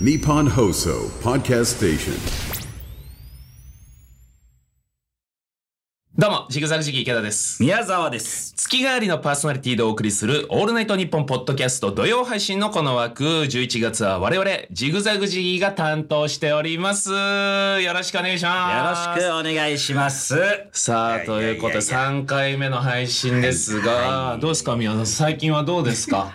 Nippon Hoso Podcast Station. どうも、ジグザグジギー池田です。宮沢です。月替わりのパーソナリティでお送りする、オールナイトニッポンポッドキャスト土曜配信のこの枠、11月は我々、ジグザグジギーが担当しております。よろしくお願いしよろましす。くお願いします。さあ、いやいとやいやいやいうことで、3回目の配信ですが、どうですか、宮野さん、最近はどうです か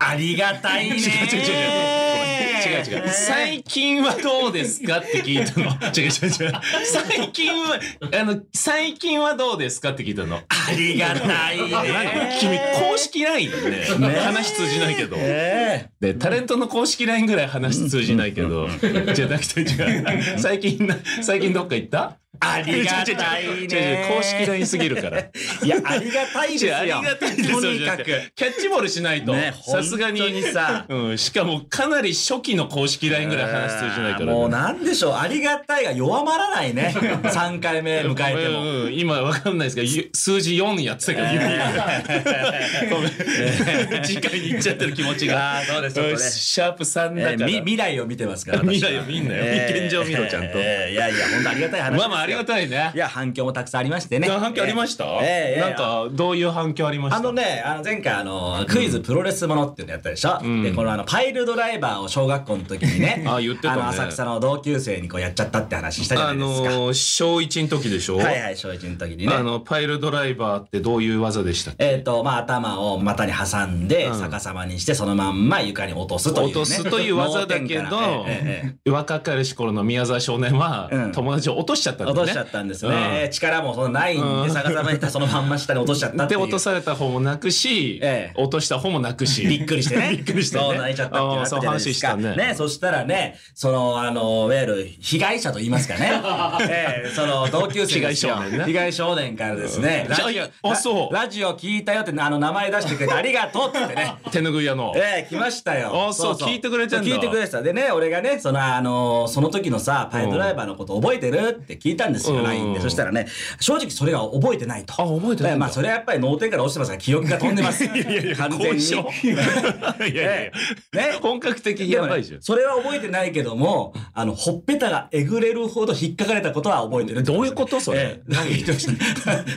ありがたいね。違う違う違う。 最近はどうですかって聞いたの。違う違う違う。最近は、あの、最近はどうですかって聞いたの。ありがたいね。君、公式 LINE ね話通じないけど。えで、タレントの公式 LINE ぐらい話通じないけど。じゃなくて、違う。最近な、最近どっか行ったありがたい違う違う違うね違う公式 LINE すぎる から。えいや、ありがたいですよ。ありがたいですよ。とにかく。じゃなてキャッチボールしないと。ねさすがに。本当にさうん。しかも、かなり初期の公式 LINE ぐらい話通じないからね、もうなんでしょう。ありがたいが弱まらな いね。3回目迎えてうも。んうん今わかんないですけどゆ、数字4やってたから、 指ごめん次回に行っちゃってる気持ちが。あーそうですうんそうですシャープ3えだーから。み未来を見てますから。私 は未来を見んなよ見現状見ろちゃんとえーいやいや、本当ありがたい話ですよ。まあまあ、ありがたいねい。や、反響もたくさんありましてね。反響ありました、ええええなんか、どういう反響ありました、あのね、あの前回あの、クイズプロレスものっていうのやったでしょ、で、このあの、パイルドライバーを小学校の時にねあ言ってたねあの、浅草の同級生にこうやっちゃったって話したじゃなあいですのか。ー小1の時でしょ、はいはい、小一の時にあね。の、パイルドライバーってどういう技でしたっけえっ、と、まあ、頭を股に挟んで、ん逆さまにして、そのまんま床に落とすという、ね。落とすという技だけど、脳天から えええええ若かりし頃の宮沢少年は、うん友達を落としちゃったんだ落よとね。しちゃったんですうね。ええ力もそんなないんで、うん逆さまにしたらそのまんま下に落としちゃったってで、いう。落とされた方もなくし、ええ落とした方もなくし。びっくりしてね。 びっくりしてねそう泣いちゃったってなったじゃないですあか。ーそう話したねねそしたらね、その、あの、いわゆる被害者と言いますか ね。ええその、同級生です被害よ少年ね被害少年からですね、うんラジいやいオや、あそうララジオ聞いたよって、あの、名前出してくれてありがとうってね。手拭い屋の。ええ来ましたよ。あそう聞いてくれてんだ聞いてくれてた。でね、俺がね、その、あのーその時のさ、パイドライバーのこと覚えてるって聞いたんですうよ、ん LINE で。そしたらね、正直それが覚えてないと。あ覚えてないんだええまあ、それはやっぱり脳天から落ちてますから、記憶が飛ん でます。いやいや完全後遺に。症 いやいやいや ええね本格的にやばいじゃん。それは覚えてないけども、あの、ほっぺたがえぐれるほど引っかかれたことは覚えてる。どういうことそれええ何言ってました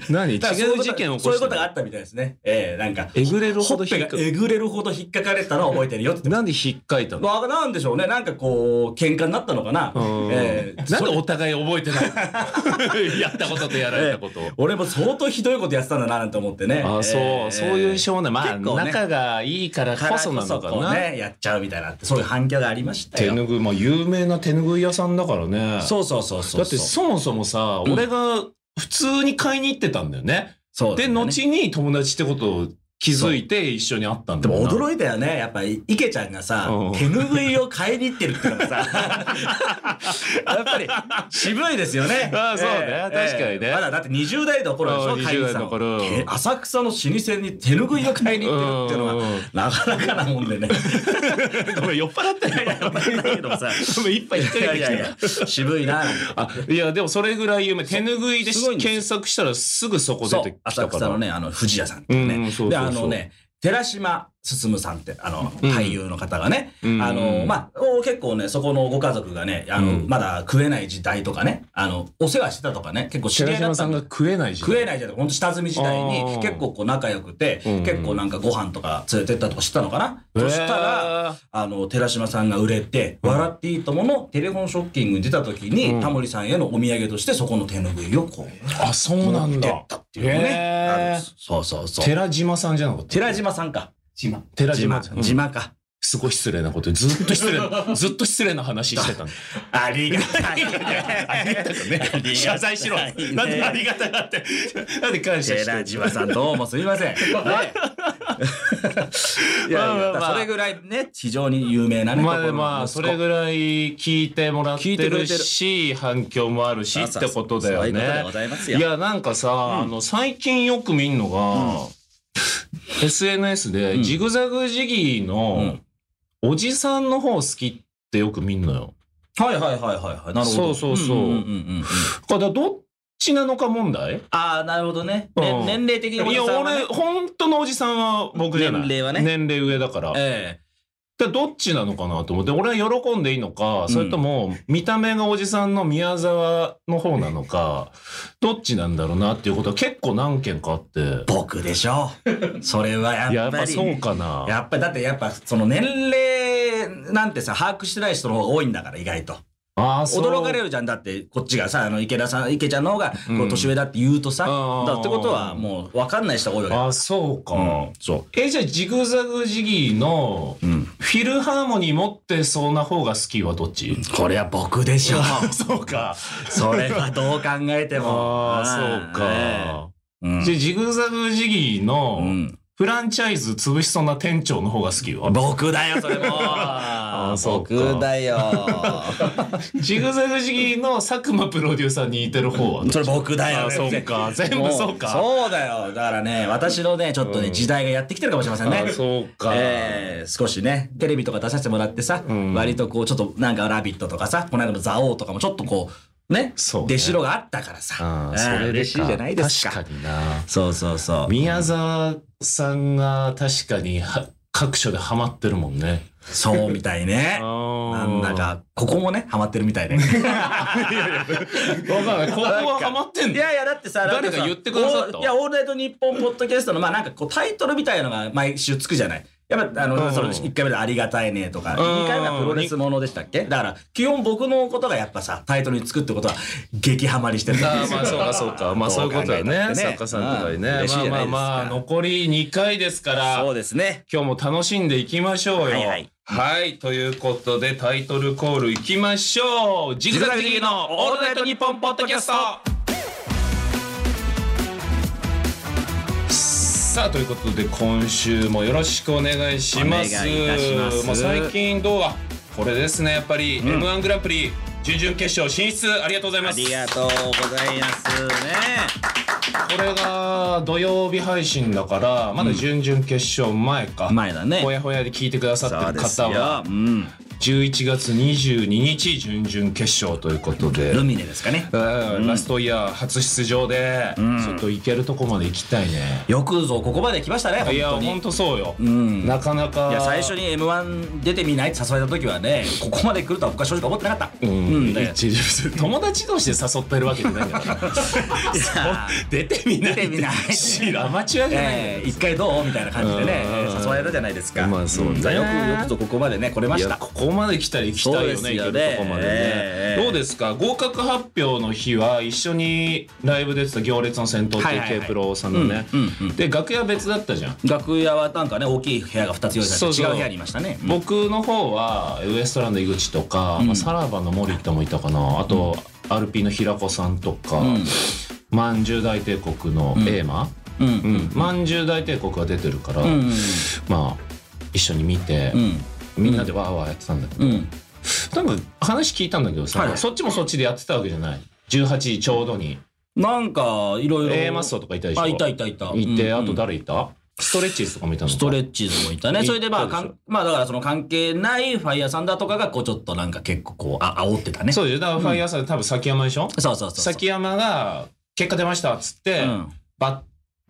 何だからそう違ういうこと事件を起こしたそういうことがあったみたいですね。ええなんか。えぐれるほどほっぺ引っかがえぐれるほど引っかかれたのは覚えてるよって言ってまなんで引っかいたのした。まあ、なんでしょうね。なんかこう、喧嘩になったのかな。ええなんでお互い覚えてないの やったこととやられたことを。俺も相当ひどいことやってたんだななんて思ってね。 あそう、ええそういう少年。まあ、結構ね仲がいいからこそなのかからこそな。こうね、やっちゃうみたいなって、そういう反響がありました手よ。ぬぐい、まあ、有名な手ぬぐい屋さんだからね。そうそうそうそう。だってそもそもさ、俺が普通に買いに行ってたんだよね。そうだで、よね後に友達ってことを気づいて一緒に会ったんでだもんもな驚いたよね。やっぱり、池ちゃんがさうん、手ぬぐいを買いに行ってるっていうの がさ、やっぱり渋いですよね。ああそうね確かにねまだだって20代の頃でしょ、うん会員さん20代の頃え浅草の老舗に手ぬぐいを買いに行ってるっていうのうんうんうんが、なかなかなもんでね。 ごめん、酔っ払ったよ。 やっぱりだけどさ、ごめん、一杯一人いやでい来やいたや。、渋いな。あ、いや、でもそれぐらい有名。手ぬぐいですごいんですよ検索したらすぐそこ出そてう、き浅たか草らの。ね、あの、藤屋さんっていうね。うんうんそうそうそうで、あのね、寺島進さんって、あの、ん俳優の方がね、うんあの、まあ、お結構ね、そこのご家族がね、あの、うんまだ食えない時代とかね、あの、お世話してたとかね、結構知り合寺島いだったさんんでが食えないじゃん。食えないじゃん、ほんと下積み時代あにー結構こう仲良くて、うんうん結構なんかご飯とか連れてったとかしてたのかな、そしたら、へー、あの、寺島さんが売れて、笑っていいとものテレフォンショッキングに出た時に、タモリさんへのお土産としてそこの手拭いをこう、あ、そうなん持ってだった。っていうのねへーあるんですそうそうそう。寺島さんじゃなかった寺島さんか。島。寺島島。うん島か。すごい失礼なことずっと失礼 な、ずっと失礼な話してたんだ。ありがたいね。ありがたいね謝罪しろ。なんでありがたがって。なんで感謝して寺る島さんどうもすみ ま せん。ねいやいやだからそれぐらいね、非常に有名なね。まあところのまあ、息子それぐらい聞いてもらって聞いてくるれてるし、反響もあるしあってことだよそういうことねでございま。すよや、なんかさ、あの、最近よく見んのが、SNS で、ジグザグジギーの、おじさんの方好きってよく見んのよ。はいはいはいはいはい。なるほど。そうそうそうんんんんんこれだからどっちなのか問題ああ、なるほどね。うんね年齢的においじや、さんはね俺、本当のおじさんは僕じゃない。年齢はね年齢上だから。ええ。でどっちなのかなと思って、俺は喜んでいいのか、それとも、見た目がおじさんの宮沢の方なのか、どっちなんだろうなっていうことは結構何件かあって。僕でしょ。それはやっぱいり。や、やっぱそうかな。やっぱりだってやっぱその年齢なんてさ、把握してない人の方が多いんだから意外と。ああ、そう驚かれるじゃん。だってこっちがさ、あの池田さん、池ちゃんの方がうんこう年上だって言うとさ、あーだってことはもう分かんない人が多いわけだああ、そうか。うんそえ、じゃあ、ジグザグジギーのう。うん。フィルハーモニー持ってそうな方が好きはどっち これは僕でしょ。そうか。 それはどう考えても。ああ、そうか。うん。うんじゃあジグザグジギーの、うんフランチャイズ潰しそうな店長の方が好きよ。僕だよ、それも。ーそうか僕 だよ。ジグザグジギーの佐久間プロデューサーに似てる方は。それ僕だよ。あそうか全部もそうかそうだよ。だからね、私のね、ちょっとね、時代がやってきてるか もしれませんね。そうかえー少しね、テレビとか出させてもらってさ、ん割とこう、ちょっとなんか、ラビットとかさ、この間のザオとかもちょっとこう、ね、そうね出しろがあったからさ、ああ、うんそれでか嬉しいじゃないですか。確かにな。そうそうそう。宮沢さんが確かには各所でハマってるもんね。そうみた いね。ななんだ。か、ここもね、ハマってるみたいで。わかんない。ここはハマってんいのやいや、だってさ、誰がだてさ言ってくださったオールいや、オールナイトニッポンポッドキャストの、まあなんかこうタイトルみたいのが毎週つくじゃない。やっぱ、あうの、んその1回目でありがたいねとか、ん2回目はプロレスものでしたっけだから、基本僕のことがやっぱさ、タイトルにつくってことは、激ハマりしてるんですよああまあそうかそう かまあそういうことだよどう考えたねってね作家さんとかにねうん嬉しいじまあゃないですかまあまあ残り2回ですからそうですね。今日も楽しんでいきましょうよ。はいはいはいということでタイトルコールいきましょう。ジグザグジギーのオールナイトニッポンポッドキャスト。さあということで今週もよろしくお願いします。お願いいたしますもう最近どうはこれですねやっぱり M1 グランプリ準々決勝進出ありがとうございあます。りがとうございますね。これが土曜日配信だからまだ準々決勝前か。前だね。ほやほやで聞いてくださそうってでるす方よはうん。 11月22日準々決勝ということで、ルミネですかね。うんラストイヤー初出場で、ちょっと行けるとこまで行きたいね、よくぞ、ここまで来ましたね、本当に。いやほんとそうよ、んなかなかいや最初に m 1出てみないって誘われた時はねここまで来るとは僕は正直思ってなかったうんだよ一時 友達同士で誘ってるわけじゃ ないんだからそう出てみないって出てみないって知らんアマチュアじゃないんだよえー一回どうみたいな感じでねうん誘われたじゃないですかまあそうねんだからよくよくぞここまでね来れまいしやたここまで来たら行きたいよそうねです行よねけるとこまでね、ええどうですか合格発表の日は一緒にライブ出てた行列の先頭はいはいはい TK プロさんのね、うんうんうんで楽屋別だったじゃん楽屋はなんかね大きい部屋が2つ用意さそれうてそう違う部屋にいましたねうん僕の方はウエストランド井口とか、まあ、さらばの森田もいたかなあと、アルピーの平子さんとか、まんじゅう大帝国のエーマ、うんううんんまんじゅう大帝国が出てるから、うんまあ一緒に見て、うんみんなでワーワーやってたんだけど、うんなんか話聞いたんだけどさ、はいそっちもそっちでやってたわけじゃない18時ちょうどになんかいろいろ A マストとかいたでしょあいたいたいたいて、うんうんあと誰いたストレッチーズとかもいたのかストレッチーズもいたね。それでまあ、いたかでしょんまあだからその関係ないファイヤーさんだとかがこうちょっとなんか結構こうあ煽ってたね。そうでしょだからファイヤーさん、多分崎山でしょそうそうそうそう。崎山が結果出ましたっつって、うんバ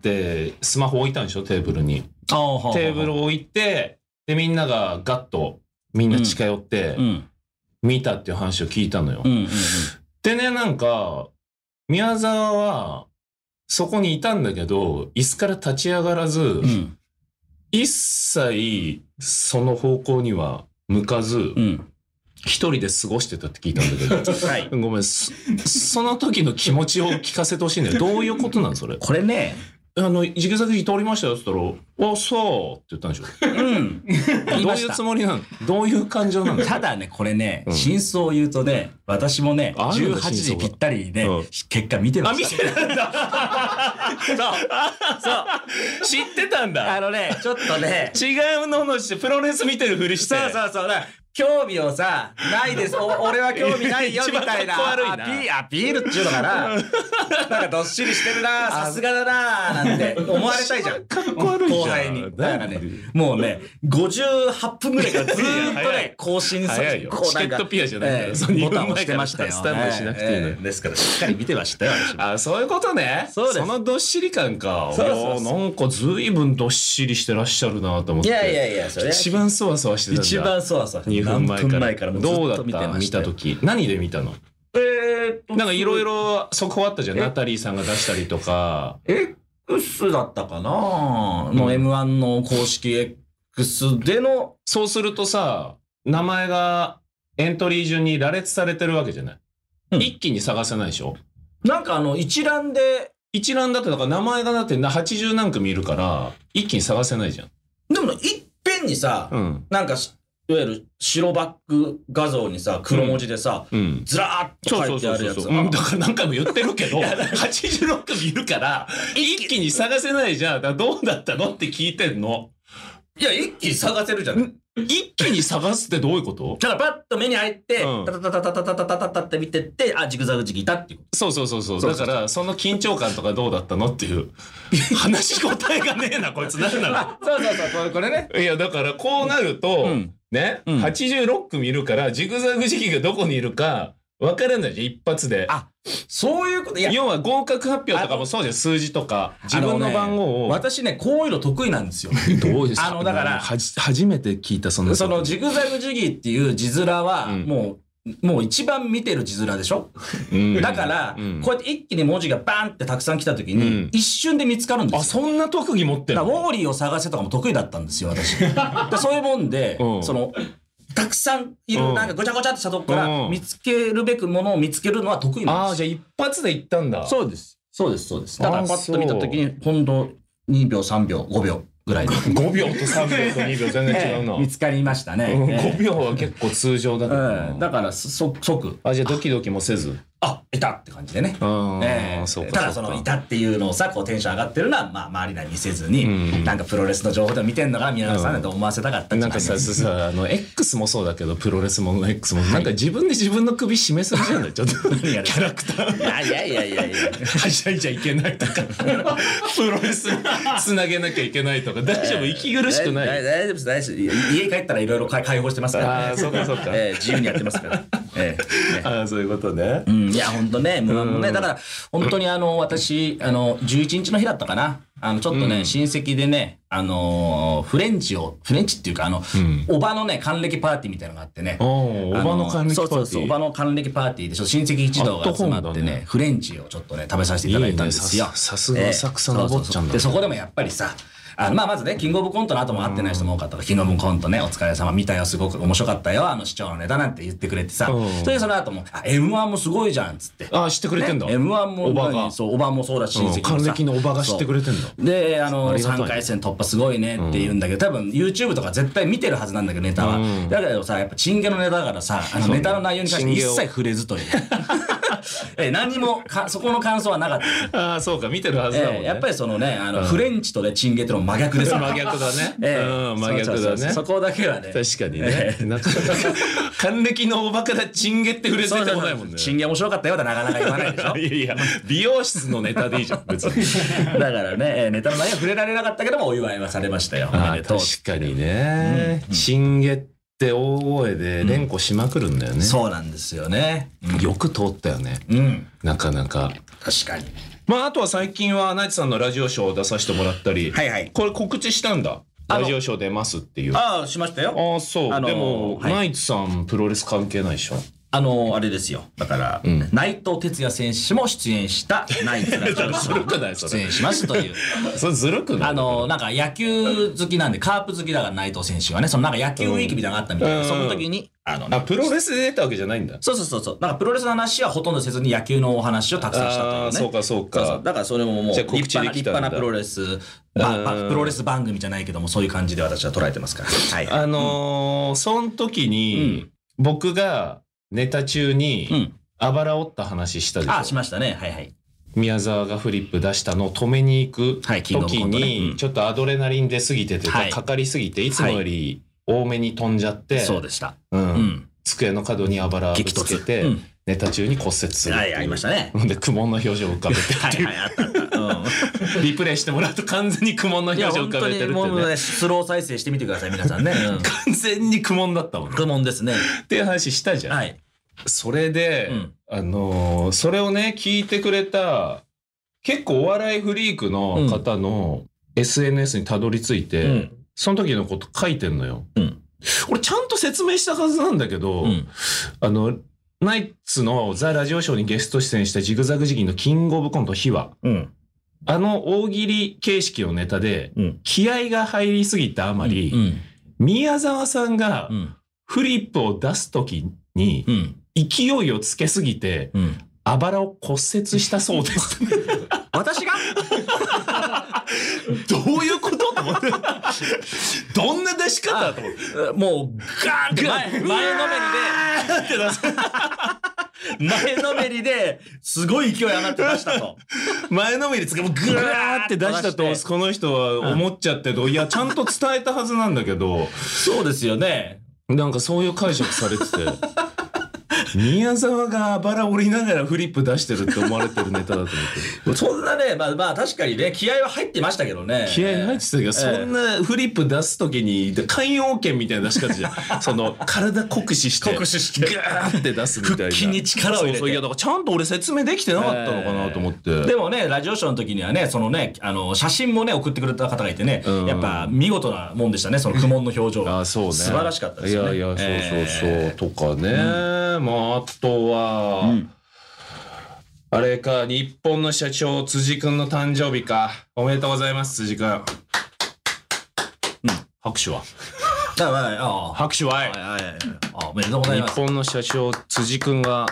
ッてスマホ置いたんでしょテーブルにああはあテーブル置いてでみんながガッとみんな近寄ってうん見たっていう話を聞いたのよ、うんうんでねなんか宮沢はそこにいたんだけど椅子から立ち上がらず、うんうん一切その方向には向かず、うん一人で過ごしてたって聞いたんだけどはい ごめんそ その時の気持ちを聞かせてほしいんだよどういうことなんそれこれねあの、ジグザグジギー通りましたよって言ったら、あ、そうって言ったんでしょ。 うん言いどうまいしうたつもりなのどういう感情なのただねこれねん真相を言うとね私もねあるんだ18時真相がぴったりにねうん結果見てましたてたんだそう。知ってたんあ。のねちょっとね違うののして、プロレス見てるふりしそうそうそうだから興味をさないですお俺は興味ない よ一み番たいなかっこ悪いなアピアピールっちゅうのかななんかどっしりしてるなさすがだななんて思われたいじゃんかっこ悪いじゃん後輩に。だからね、もうね、58分ぐらいからずーっと早ねい、更新さ早いれよチケットピアじゃないからそのボタン押して入ま門前からしたよ。スタンバイしなくていいのよええええですから、しっかり見てましたよ。私もあそういうことねそうですのどっしり感かそうそうそういやなんかずいぶんどっしりしてらっしゃるなと思っていやいやいや、それは一番そわそわしてたんだ一番そわそわ2分前何から分前からもずっどうだとっ見てたま見したたよ。時何で見たのえーっとなんかいろいろ速報あったじゃんナタリーさんが出したりとか X だったかかななあの M1 の公式 X での、そうするとさ名前がエントリー順に羅列されてるわけじゃない、うん一気に探せないでしょなんかあの一覧で、一覧だってだから名前がだってな80何組いるから一気に探せないじゃん、でもいっぺんにさ、うんなんかし、いわゆる白バック画像にさ、黒文字でさ、うん、ずらーっそとう書そういそてあうるやつ。そう、うん、だから何回も言ってる けど86組いるから一気に探せないじゃんだからどうだったのって聞いてんのいや、一気に探せるじゃん。一気に探すってどういうことだからパッと目に入って、うんタタタタタタタタタタって見てって、あ、ジグザグジギいたっていう。そうそうそうそうだからその緊張感とかどうだったのっていう話し答えがねえなこいつ何なそうそうそう、これこれね。のいやだからこうなると、うんね、うん86組いるからジグザグ時期がどこにいるか分からないじゃん一発であそういうこと、いや、要は合格発表とかもそうじゃん数字とか自分の番号を、あのね私ね、こういうの得意なんですよ。どうですあのだからはじ初めて聞いたそんなそのジグザグジギーっていう字面は、うんもう、もう一番見てる字面でしょ、うんだから、うんこうやって一気に文字がバーンってたくさん来た時に、うん一瞬で見つかるんですよ。あそんな特技持ってんだからのウォーリーを探せとかも得意だったんです よ、私。だからそういうもんで、うんその、たくさんいるう、んなんかごちゃごちゃってしたとこから、うん見つけるべくものを見つけるのは得意なんあであすじよ。ゃあ一発で行ったんだそうです。そうです、そうです。だかあらーパッと見た時に、ほんと2秒、3秒、5秒ぐらいで。 5秒と3秒と2秒全 然違うな、ええ 見つかりましたね。うんえ5秒は結構通常だえけどなええだから、そ即、あじゃあドキドキもせずあ、いたって感じでね。あええそうかただその「いた」っていうのをさこうテンション上がってるのは、まあ、周りなりにせずに、うんなんかプロレスの情報でも見てんのが宮永さんだと思わせたかったんじなゃんないかですさかささあの X もそうだけどプロレスもの X もなんか自分で自分の首示すじゃないちょっと キがですャラクターいやいやいやいやいや。はしゃいじゃいけないとかプロレスにつなげなきゃいけないとか大丈夫息苦しくない大大丈夫です、大丈夫です。い家帰ったらいろいろ解放してますから。ああそうかそうかええ自由にやってますから。ええねああそういうことねうん、いや、本当ね、無難もね、だから、本当にあの、私、あの、11日の日だったかな。あの、ちょっとね、親戚でね、あのーフレンチを、フレンチっていうか、あの、おばのね、還暦パーティーみたいなのがあってね。おーおばの還暦パーティーあのそうそうそう、おばの還暦パーティーで、ちょっと親戚一同が集まアットホーっムだてねね、フレンチをちょっとね、食べさせていただいたんですよいい。ねささすが浅草の坊ちゃんだねええそうそうそうで、そこでもやっぱりさ、あのまあまずね、キングオブコントの後も会ってない人も多かったから、キングオブコントね、お疲れ様見たよ、すごく面白かったよ、あの市長のネタなんて言ってくれてさ、うんそれでその後も、あ、M1 もすごいじゃん、つって。ああ知ってくれてんだ、ね M1 も、おばがそう、おばもそうだし、親戚もさ還暦のおばが知ってくれてんだで、ああの、りがたい3回戦突破すごいねって言うんだけど、多分 YouTube とか絶対見てるはずなんだけど、ネタは。うんだけどさ、やっぱチンゲのネタだからさ、あのネタの内容に関して一切触れずという。 え何もか、そこの感想はなかった。ああそうか見てるはずだもんね、ええやっぱりそのね、あの、うんフレンチとね、チンゲってのは真逆ですから真逆だね、ええうん真逆そだうそうそうねそこだけはね。確かにね、なかなか還暦のおばからチンゲって触れてそうこそうないそもんねう。チンゲ面白かったよってなかなか言わないでし ょ。いやいや美容室のネタでいいじゃん別にだからね、ええネタの内容触れられなかったけども、お祝いはされましたよ。おあめあでとう確かにね、チンゲって大声で連呼しまくるんだよね、そうなんですよね。よく通ったよねうん。なかなか確かに。まああとは最近はナイツさんのラジオショーを出させてもらったり、はいはいこれ告知したんだあのラジオショー出ますっていうああ、しましたよ。ああそう、あのーでも、はいナイツさんプロレス関係ないでしょあの、あれですよ。だから、ん内藤哲也選手も出演した、ナイツラジオずるく ないそ出れ演しますという。それずるくないあの、なんか野球好きなんで、カープ好きだから内藤選手がね、そのなんか野球ウィークみたいなのがあったみたいな、うんその時に、あの、あプロレスで出たわけじゃないんだそうそうそうそう、なんかプロレスの話はほとんどせずに野球のお話をたくさんしたというあね。ーそうかそうかだからそれももうじゃあ立告知派でなき立たんだ派なプロレス、ばばうんプロレス番組じゃないけども、そういう感じで私は捉えてますから。はい。あのーその時に、僕がネタ中に、うん。あばら折った話したでしょあ、しましたね。はいはい。宮沢がフリップ出したのを止めに行くはいキングオブ時コントねに、うんちょっとアドレナリン出過ぎてて、はいかかりすぎていつもより多めに飛んじゃって、そうでした。うんうん。机の角にあばらぶ激つけ突。て、うんネタ中に骨折するってはいうい、ありましたね。 で苦悶の表情を浮かべて はいはい、あったあった。うんリプレイしてもらうと完全に苦悶の表いや、情を浮本か当べてにるってもうね。ね、スロー再生してみてください、皆さんね。うん完全に苦悶だったもん ね。愚問ですね。っていう話したじゃん。はい。それで、うんあのーそれをね、聞いてくれた、結構お笑いフリークの方の SNS にたどり着いて、うんその時のこと書いてんのよ。うん俺ちゃんと説明したはずなんだけど、うんあの、ナイツのザ・ラジオショーにゲスト出演したジグザグジギーのキングオブコント秘話。うん。あの大喜利形式のネタで、うん気合が入りすぎたあまり、うん。宮沢さんがうん。フリップを出す時にうん。勢いをつけすぎて、うん。あばらを骨折したそうです。私が どういうことと思って。どんな出し方と思って。 もう、ガーンって前、前のめりで、前のめりで、すごい勢い上がってましたと。前のめりつけ、もうぐらーって出したと、この人は思っちゃってど、いや、ちゃんと伝えたはずなんだけ ど、そうですよね。なんかそういう解釈されてて。宮沢があばら折りながらフリップ出してるって思われてるネタだと思って。そんなね、まあまあ確かにね、気合は入ってましたけどね。 気合入ってたけど、そんなフリップ出すときに、で海洋拳みたいな出し方じゃん。 その、体酷使して、酷使してガーって出すみたいな。腹筋に力を入れてそうそういや、だからちゃんと俺説明できてなかったのかなと思って。でもね、ラジオショーの時にはね、そのね、あの、写真もね、送ってくれた方がいてね、うんやっぱ見事なもんでしたね、その苦悶の表情が。あそうね。素晴らしかったですよね。いやいや、そうそうそう。えとかね。まあ、あとは、あれか、日本の社長、辻君の誕生日か。おめでとうございます、辻君。拍手はーだからあ拍手はいあ、はいはいはい。あおめでとうござい日ます。本の社長、辻君が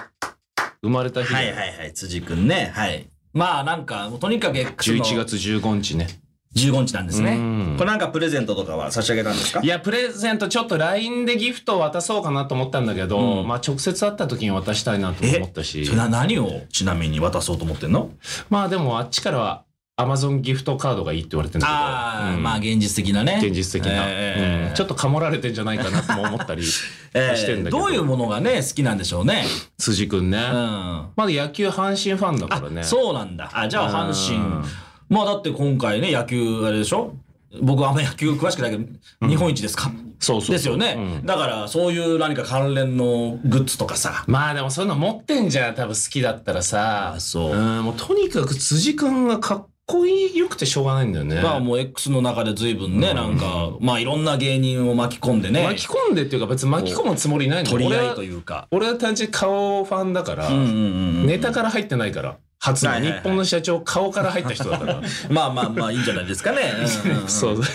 生まれた日、はいはいはい、辻くんね。はい。まあなんか、もうとにかく X の11月15日ね。 15日なんですうね。んこれなんかプレゼントとかは差し上げたんですかいや、プレゼントちょっと LINE でギフトを渡そうかなと思ったんだけど、まあ直接会った時に渡したいなとも思ったしそ。れな何をちなみに渡そうと思ってんのまあでもあっちからは Amazon ギフトカードがいいって言われてんだけど。ああ、うんまあ現実的なね。現実的な、えーうんちょっとかもられてんじゃないかなとも思ったり えーしてんだけど、どういうものがね、好きなんでしょうね。辻君ね、うん。まだ野球阪神ファンだからねそうなんだ。あ、じゃあ阪うん神。まあだって今回ね、野球、あれでしょ僕はあんま野球詳しくないけど、日本一ですか、そうそうそうですよね、だから、そういう何か関連のグッズとかさ。まあでもそういうの持ってんじゃん多分好きだったらさあそうんもうとにかく辻君がかっこいいよくてしょうがないんだよね、まあもう X の中で随分ね、なんか、まあいろんな芸人を巻き込んでね、巻き込んでっていうか別に巻き込むつもりないの取り俺合いはというか。俺は単純に顔ファンだから、うんうんうんネタから入ってないから初のはいは日いはい本の社長顔から入った人だからまあまあまあいいんじゃないですかね。うんうんうんそう。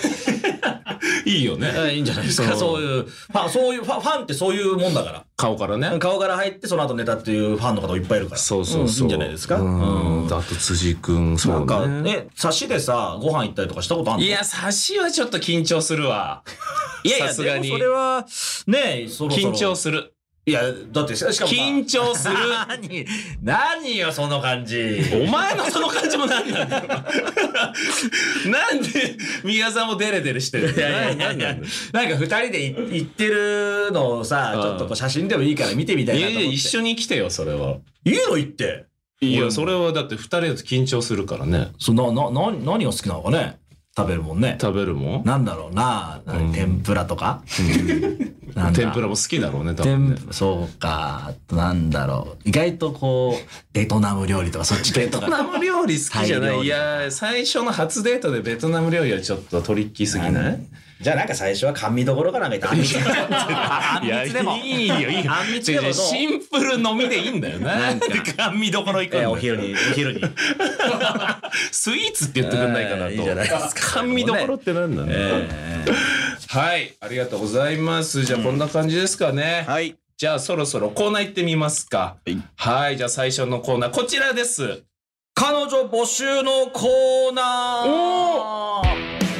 いいよね。えいいんじゃないですか。そういう、ファン、そういう、ファンファンってそういうもんだから。顔からね。顔から入って、その後ネタっていうファンの方いっぱいいるから。そうそうそう。んいいんじゃないですか。うん。うんあと辻君、そなんうか、ね。ね、差しでさ、ご飯行ったりとかしたことあんのい、や、差しはちょっと緊張するわ。いやいや、さすがにでもそれは、ねえ、そろそろ緊張する。いや、だって、しかもさ緊張する。 何、何よ、その感じ。お前の その感じもなんなんだよ。なんで宮沢もデレデレしてるいやいやいやいやなんか二人でい行ってるのをさ、うんちょっとこう写真でもいいから見てみたいいやなとい思っや、て。一緒に来てよ、それは。いいの行って。いや、それはだって二人だと緊張するからね。そのな、な、何が好きなのかね食べるもんね。食べるもん。なんだろうな、天ぷらとか、 なんだ天ぷらも好きだろうね、多分天ね。そうか、あとなんだろう。意外とこう、ベトナム料理とかそっち系と ベトナか。ム料理好きじゃタなイ料い理いや最初の初デートでベトナム料理はちょっとトリッキーすぎないじゃあなんか最初は甘味どころかなんか言って、あんみつ あんみつでも。いいよいいよあんみつで違もう違うシンプル飲みでいいんだよななんか 甘味どころ行くんだえよお昼に、お昼に。スイーツって言ってくんないかなとえーいいじゃないですか甘味どころってなんだね、はいありがとうございますじゃあこんな感じですかね、はい。じゃあそろそろコーナー行ってみますかはいはいじゃあ最初のコーナーこちらです彼女募集のコーナー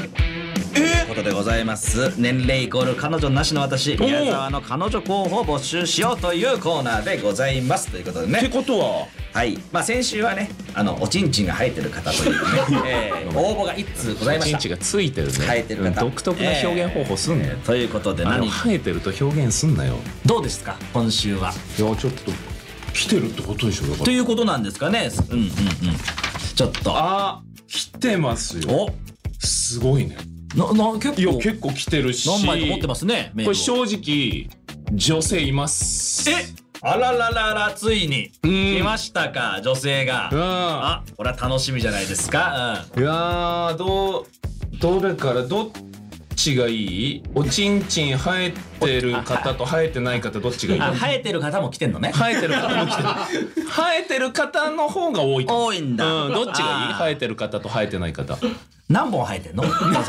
おということでございます。年齢イコール彼女なしの私、宮沢の彼女候補を募集しようというコーナーでございます。ということでってね。ことははい。まあ先週はね、あの、おちんちんが生えてる方というね、え ー応募が一通ございまチンしチた。がついてるね生えてる方うん独特な表現方法すんね、よということであの何生えてると表現すんなよどうですか今週は。いやちょっと来てるってことでしょだかということなんですかね。うんうんうん。ちょっと。あ来てますよ。おすごいね。な、な、結いや、構、結構来てるし。何枚か持ってますね、メーこルをれ正直、女性います。えあらららら、ついに、ん来ましたか、女性が。うんあ、これは楽しみじゃないですか。いやー、どう、どれから、どっちがいいおちんちん生えてる方と生えてない方、どっちがいいうん、あ、生えてる方も来てんのね。生えてる方も来てる。 生えてる方の方が多いと思う。多いんだ。うん、どっちがいいあー生えてる方と生えてない 方。何本生えてん のそんな何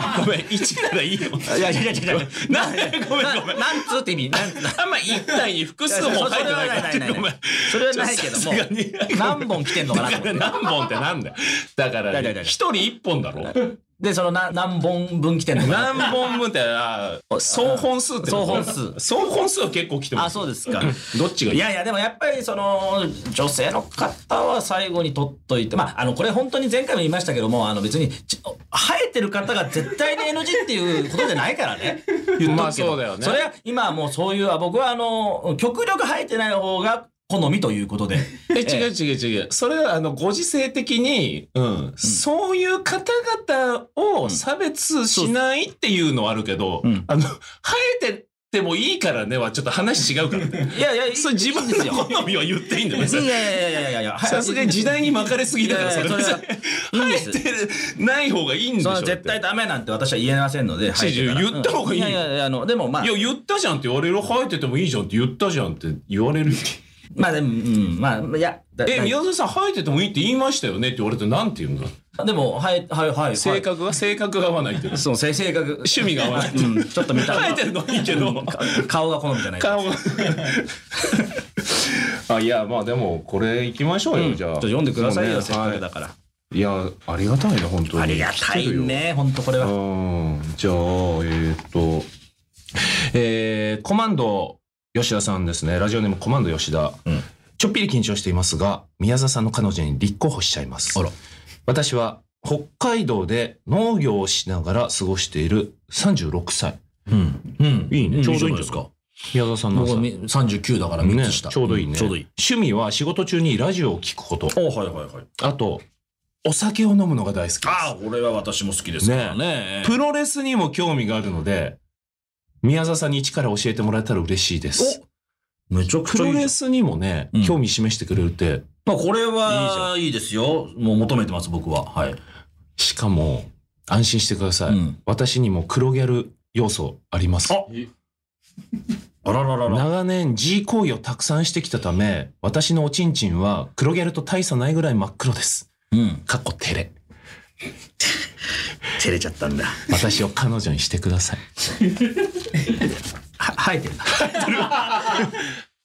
本ごめん、1ならいいよ。いやいやいや いやいやなんでごめんごめん。なんつうって意味なんつうあんま一体に複数も入ってないからいやいやそれはないないないごめんそれはないけどもさすがに何本来てんのかなとだ思からって 何本ってなんだよだかだらいだいだい一人一本だろでそのな何本分来てんのか な何本分ってあー総本数ってこと総本数総本数は結構来てあますそうですかどっちがい いいやいやでもやっぱりその女性の方は最後に取っといてまああのこれ本当に前回も言いましたけどもあの別にち生えてる方が絶対に NG っていうことじゃないからね言っまとあくけど、そうだよねそれは今はもうそういうあ僕はあの極力生えてない方が好みということ でえ違う違う違うそれはあのご時世的にうんそういう方々を差別しないっていうのはあるけどうんあの生えてってもいいからねはちょっと話違うから ねいやいやいいそれ自分の好みは言っていいんだよ別いにやいやいやいやいやさすがに時代に巻かれすぎだからいやそいれやそれは生えてない方がいいんでしそょの絶対ダメなんて私は言えませんので、知事生えてら言った方がいいようんいやいやいや、あの、でもまあい、や言ったじゃんって言われる生えててもいいじゃんって言ったじゃんって言われる まあでも、うん、まあ、いや、だえだ宮沢さん生えててもいいって言いましたよねって言われてなんて言うんだでも、はい、はい、はい。性格が性格が合わないっていうそう、性性格。趣味が合わないっていううん、ちょっと見た 生えてるのはいいけど顔が好みじゃない。顔が あいやまあでもこれいきましょうよ、うんじゃあちょっと読んでくださいよ、もうねせっかくだはから。いいやありがたいね本当にありがた来ているよね、ほんとこれは。うんじゃあ、えーっと、えーコマンド吉田さんですね。ラジオネームコマンド吉田。うんちょっぴり緊張していますが、宮沢さんの彼女に立候補しちゃいます。あら私は北海道で農業をしながら過ごしている36歳。うん。うん、いいね。ちちょょううどどいいいんいんでですすかか。宮沢さんの僕朝はみ39だから3つ下。ねちょうどいいね、んちょうどいい。趣味は仕事中にラジオを聞くこと。おはいはいはい。あと、お酒を飲むのが大好きです。ああ、これは私も好きですからね。 プロレスにも興味があるので、宮沢さんに一から教えてもらえたら嬉しいです。おめちゃくプちゃロいいじゃんレスにもね、うん興味示してくれるって、まあ、これは、いいですよ。もう求めてます、僕は。はい。しかも、安心してください。うん私にも黒ギャル要素あります。ああらららら。長年 G 行為をたくさんしてきたため、私のおちんちんは黒ギャルと大差ないぐらい真っ黒です。うん。かっこ照れ。照れちゃっ たんだ。私を彼女にしてください。は、生えてるんだ。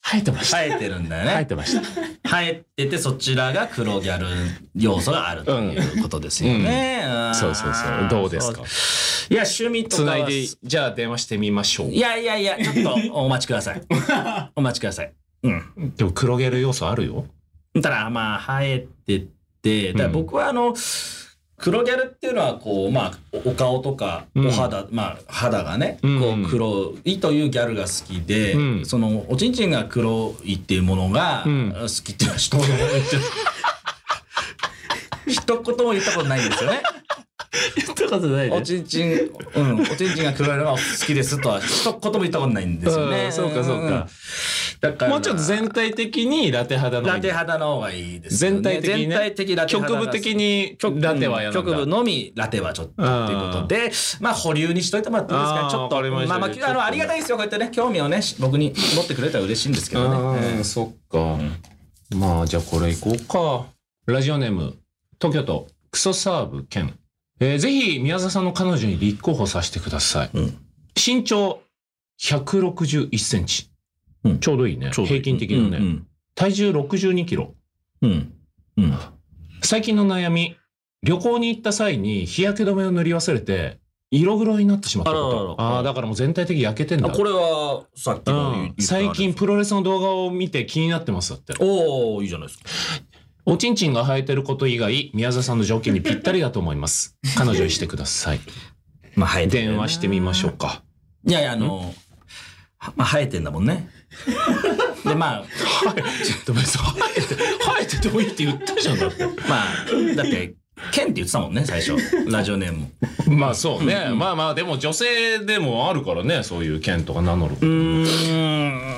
生えてました。生えてるんだよ生えね。てました。生えてて、そちらが黒ギャル要素があるということですよね。んそうそうそう。どうですかいや、趣味とかつはないで、じゃあ電話してみましょうい。やいやいや、ちょっとお待ちくだ さい。お待ちください。うん。でも黒ギャル要素あるよ。ただ、まあ、生えてて、だから僕はあの、黒ギャルっていうのはこうまあおお顔とかうんお肌、まあ肌がね、うんこう黒いというギャルが好きで、うんそのおちんちんが黒いっていうものがうん好きっていうのは人の 一言も言ったことないんですよね。言 ったことないおちんちん、うん、おちんちんが黒いのが好きですとは一言も言ったことないんですよね。そうかそうか。だからもうちょっと全体的にラテ肌の方がいラいテ肌の方がいいですよね。全体的に、ね、全体的ラテ肌局が部的にラテはやなん局だ部のみラテはちょっとっていうことで、まあ保留にしといてもらっていいですかあーねちょっとわかりましたあまちょっあとあのありがたいですよこうやってね興味をねし僕に持ってくれたら嬉しいんですけどね。うんそっか、まあじゃあこれいこうかラジオネーム東京都クソサーブ兼、えーぜひ宮沢さんの彼女に立候補させてください、うん身長161センチ、うんちょうどいいね平均的なね、うん体重62キロうんうん最近の悩み旅行に行った際に日焼け止めを塗り忘れて色黒になってしまったことあらららあーだからもう全体的に焼けてんだあこれはさっきうの言んっ、たあれ最近プロレスの動画を見て気になってますだっておおいいじゃないですか。おちんちんが生えてること以外宮沢さんの条件にぴったりだと思います 彼女にしてくださいまあ生えてる電話してみましょうかいやいやあのはまあ生えてんだもんね。でまあ はいちょっと待って生えて生えててもいいって言ったじゃんだってまあだってケンって言ってたもんね、最 初。ラジオネーム。まあそうね、まあまあでも女性でもあるからねそういう剣とか名乗る、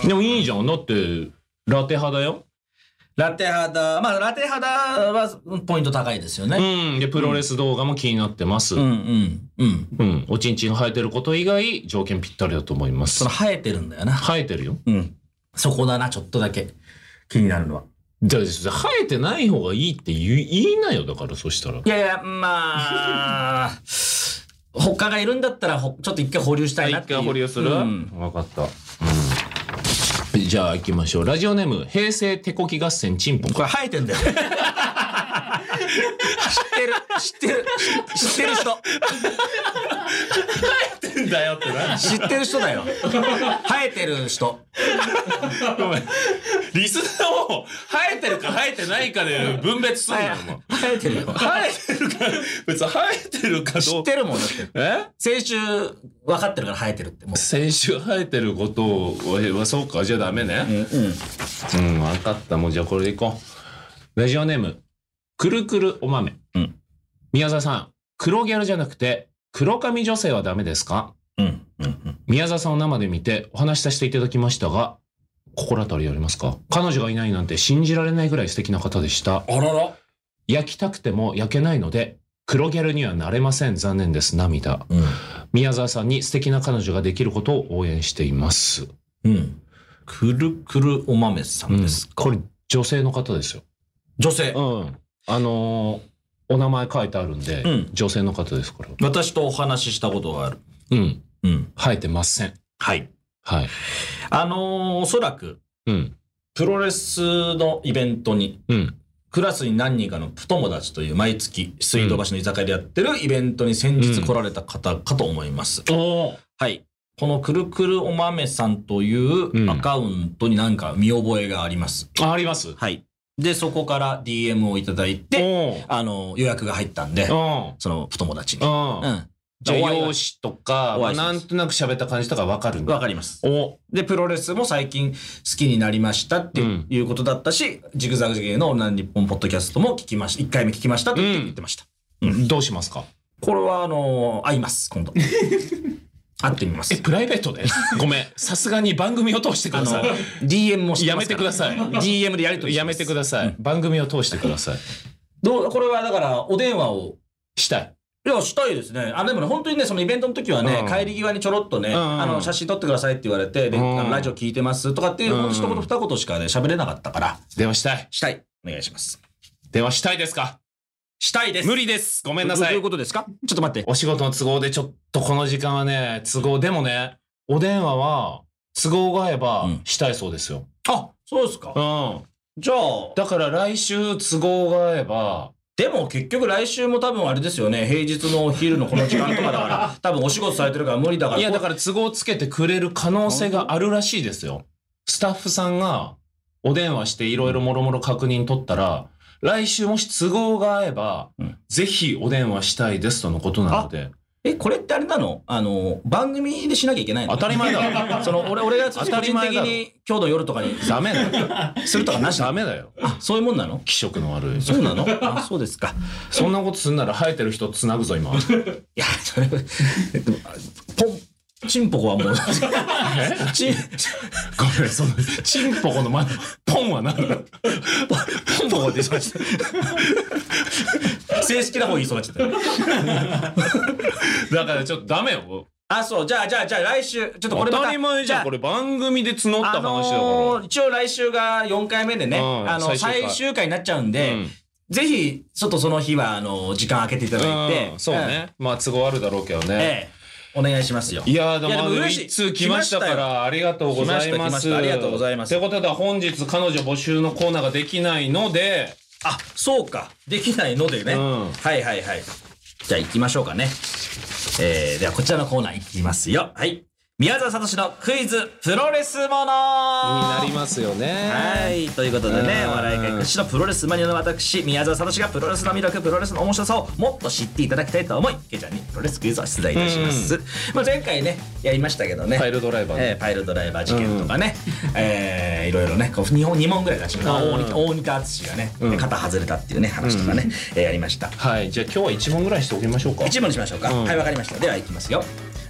でもいいじゃんだってラテ派だよラテ肌、まあ、ラテ肌はポイント高いですようね。んでプロレス動画も気になってます、ううんん、うん、うん。おちんちん生えてること以外条件ぴったりだと思いまそすの生えてるんだよな。生えてるようん。そこだな、ちょっとだけ。気になるのは。だから生えてない方がいいって言い言いなよだからそしたらいやいや、まあ、 他がいるんだったら、ほちょっと一回保留したいなっ一ていう。回保留する、うわん分かった、うんじゃあ行きましょうラジオネーム平成手こき合戦チンポ これ生えてんだよ。知ってる、知ってる、知知ってる人。だよってな知ってる人だよ。生えてる人。ごめんリスナーを生えてるか生えてないかで分別するのよ、もう生えてるよ。生えてるか別に生えてるか知どっうてるもんだって。え先週、分かってるから生えてるって。もう。先週生えてることはそうかじゃあダメねうん、分かったもうじゃあこれでいこうラジオネームくるくるお豆、うん宮沢さん黒ギャルじゃなくて黒髪女性はダメですかうん。うん。宮沢さんを生で見てお話しさせていただきましたが心当たりありますか彼女がいないなんて信じられないぐらい素敵な方でしたあらら。焼きたくても焼けないので黒ギャルにはなれません残念です涙宮沢さんに素敵な彼女ができることを応援しています、うん。くるくるお豆さんですか。これ女性の方ですよ女性。うんあのーお名前書いてあるんで、うん女性の方ですから私とお話ししたことがある。うんうん。生えてませんはい。はいあのーおそらく、うんプロレスのイベントに、うんクラスに何人かのプ友達という毎月水道橋の居酒屋でやってるイベントに先日来られた方かと思います。おおはい。このくるくるお豆さんというアカウントになんか見覚えがあります。ありますはい。で、そこから DM をいただいおて、あの、予約が入ったんでお、おその友達に。おうん。じゃあお会いが容姿とか、おま会あ、いしまなすんとなく喋った感じとかわかるんだわかります。おで、プロレスも最近好きになりましたってうんいうことだったし、ジグザグジギーのオールナイト日本ポッドキャストも聞きました。1回目聞きましたって言ってうん言ってました。どうしますかこれは、あのー会います、今 度。会ってみまえす。プライベート でごめんさすがに番組を通してくだあのさい、 DM もし てやまめすてかくだら。さい DM でやりとりやめてくだささい、番組を通してくださいい。どう、これはだから、お電話をしたいいや、したいですね。あ、でもね、本当にね、そのイベントの時はね、うん帰り際にちょろっとね、んあの、写真撮ってくださいって言われて、で、うんあのラジオ聞いてますとかっていう、ほんと一言二言しかね、喋れなかったから、電話したいしたい。お願いします。電話したいですかしたいです。無理ですごめんなどさういいうことですかちょっと待って。お仕事の都合でちょっとこの時間はね都合でもねお電話は都合が合えばうんしたいそうですよ、あ、そうですかうんじゃあ、だから来週都合が合えばでも結局来週も多分あれですよね、平日のお昼のこの時間とかだ から、多分お仕事されてるから無理だから。いやだから都合つけてくれる可能性があるらしいですよスタッフさんがお電話していろいろもろもろ確認取ったら来週もし都合が合えば、うんぜひお電話したいですとのことなのでえ、これってあれなのあの、番組でしなきゃいけないの当たり前だろその、俺、俺が個当たり人前的だろに今日の夜とかにダメだよ するとかなしなダのメだよあ、そういうもんなの気色の悪いそうな のあ、そうですか。そんなことすんなら生えてる人つなぐぞ 今いや、それ、でもあポン、チンポコはもう、チン、ごめんそのチンポコの前のポンは何だポンポコって言いそうになっちゃった。正式な方言いそうになっちゃった。だからちょっとダメよあ、そう、じゃあ、じゃあ、じゃあ、来週、ちょっと当これまたたり前じゃんこれ番組で募った話だから、あのー一応来週が4回目でね、うんあの、最終回最終回になっちゃうんで、うんぜひ、ちょっとその日は、あの、時間空けていただいて、うんそうね、まあ都合あるだろうけどね、うん。ええ、お願いしますよ。いやーでいやでもも嬉しい一通来ましたか来ましたらありがとうござい来まました来ましす。たありがとうございますということで本日彼女募集のコーナーができないのであ、そうか。できないのでね。うんはいはいはい。じゃあ行きましょうかね。えー、ではこちらのコーナー行きますよ。はい。宮沢聡のクイズプロレスものなりますよね。はい、ということでね、うんお笑い界屈指のプロレスマニアの私、宮沢聡がプロレスの魅力、プロレスの面白さをもっと知っていただきたいと思い、けちゃんにプロレスクイズを出題いたします。まあ、前回ね、やりましたけどね。パイルドライバーねえーパイルドライバー事件とかね、えーいろいろね、こう2本、二問ぐらい出しました。大仁大仁田淳がね、肩外れたっていうね、話とかね、えーやりました。はい、じゃあ今日は1問ぐらいしておきましょうか。一問にしましょうか。うんはい、わかりました。では、いきますよ。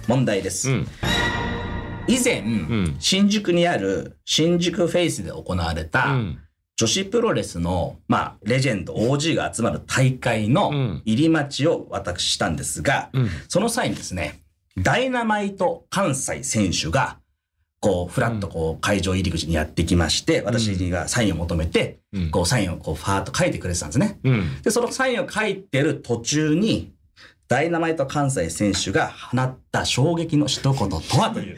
問題です。うん以前、ん新宿にある新宿フェイスで行われた、うん女子プロレスの、まあ、レジェンド OG が集まる大会うんの入り待ちを私したんですが、うんその際にですね、ダイナマイト関西選手が、こう、ふらっとこう、会場入り口にやってきまして、私にはサインを求めて、うんこう、サインをこう、ファーっと書いてくれてたんですね。うん。で、そのサインを書いてる途中に、ダイナマイト関西選手が放った衝撃の一言とはという。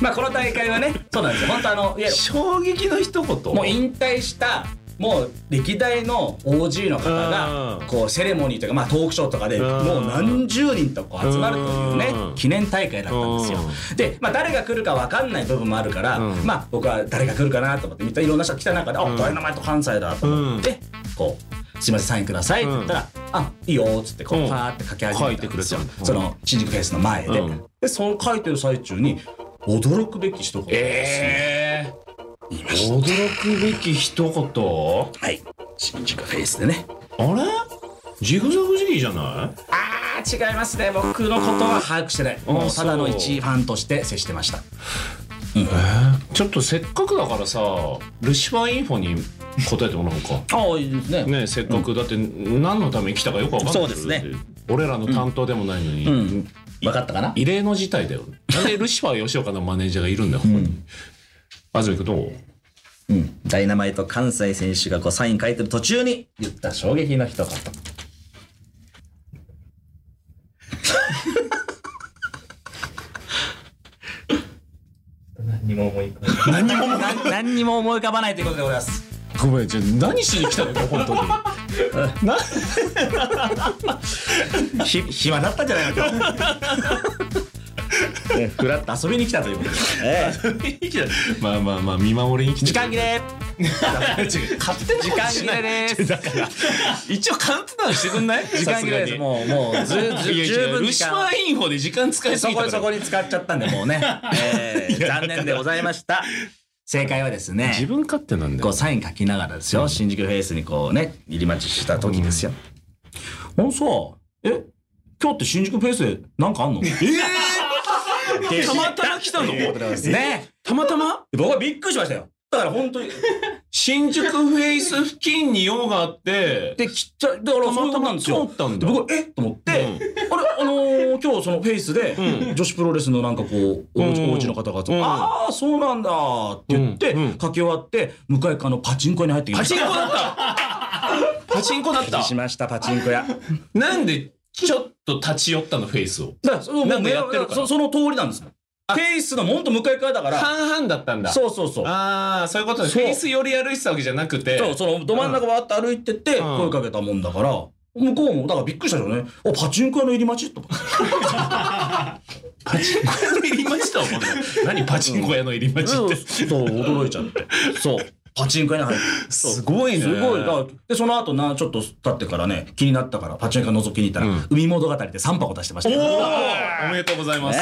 まあ、この大会はね、そうなんですよ。本当あの、いや、衝撃の一言。もう引退した、もう歴代の OG の方うがんこうセレモニーとかまあトークショーとかでうんもう何十人とこう集まるというねうん記念大会だったんですよでまあ誰が来るか分かんない部分もあるからうんまあ僕は誰が来るかなと思ってみたいろんな人が来た中で「あダイナマイト関西だ」と思ってこう「すいませんサインください」って言ったら「あいいよ」っつってこうんうパーって書き始めたんですよ書いてくれたのその新宿フェスの前でうんでその書いてる最中に驚くべき一言ですねええ驚くべき一言はい新宿フェイスでねあれジグザグジギーじゃないあー違いますね僕のことは把握してないもうただのそう一ファンとして接してましたちょっとせっかくだからさルシファーインフォに答えてもらおうかああいいですねねえせっかく、だって何のために来たかよくわかんないそうですねだって俺らの担当でもないのに、分かったかな異例の事態だよなんでルシファー吉岡のマネージャーがいるんだよここに、安住君どううんダイナマイト関西選手がこうサイン書いてる途中に言った衝撃の一言何もな何にも思い浮かばないということでございますごめんじゃあ何しに来たのか本 当になひ暇だったんじゃないのか ねふらっと遊びに来たということですねまあまあまあ見守りに来て時間切れ 勝手な時間切れですだから一応カウントダウンしてくんない時間切れですもうもうずずいやいや十分ルシ時フ間ァーインフォで時間使いすそぎたこかにらそこに使っちゃったんでもうね、えー残念でございました正解はですね自分勝手なんだこようサイン書きながらですよ、新宿フェイスにこうね入り待ちした時ですよ、ほんさえ今日って新宿フェイスでなんかあんのええたまたま来たのねたまたま僕はびっくりしましたよだから本当に新宿フェイス付近に用があってできっちゃだからたそういまうたことなまんです通よったんでだ僕えっと思って、あれあのー今日そのフェイスで、女子プロレスのなんかこう、おうちうんおうちの方が、んああそうなんだって言って、うんうん書き終わって向かい側のパチンコ屋に入ってきまパしたチンコだった パチンコだったしましたパチ ンコ屋なんでちょっと立ち寄ったのフェイスをだからそのなんもでうやってるからそその通りなんですよフェイスのもんと向かい側だから半々だったんだそうそうそうああそういうことねフそうェイス寄り歩いてたわけじゃなくてそうそのど真ん中わーって歩いてってん声かけたもんだから向こうもだからびっくりしたでしょうねおパチンコ屋の入り待ちとかパチンコ屋の入り待ちとは思う何パチンコ屋の入り待ちそうっそうて驚いちゃってそうパチンコ屋に入ってそうすごいねすごいだからでその後なちょっと経ってからね気になったからパチンコ屋覗きに行ったら、海物語で3箱出してましたおねーおめでとうございます、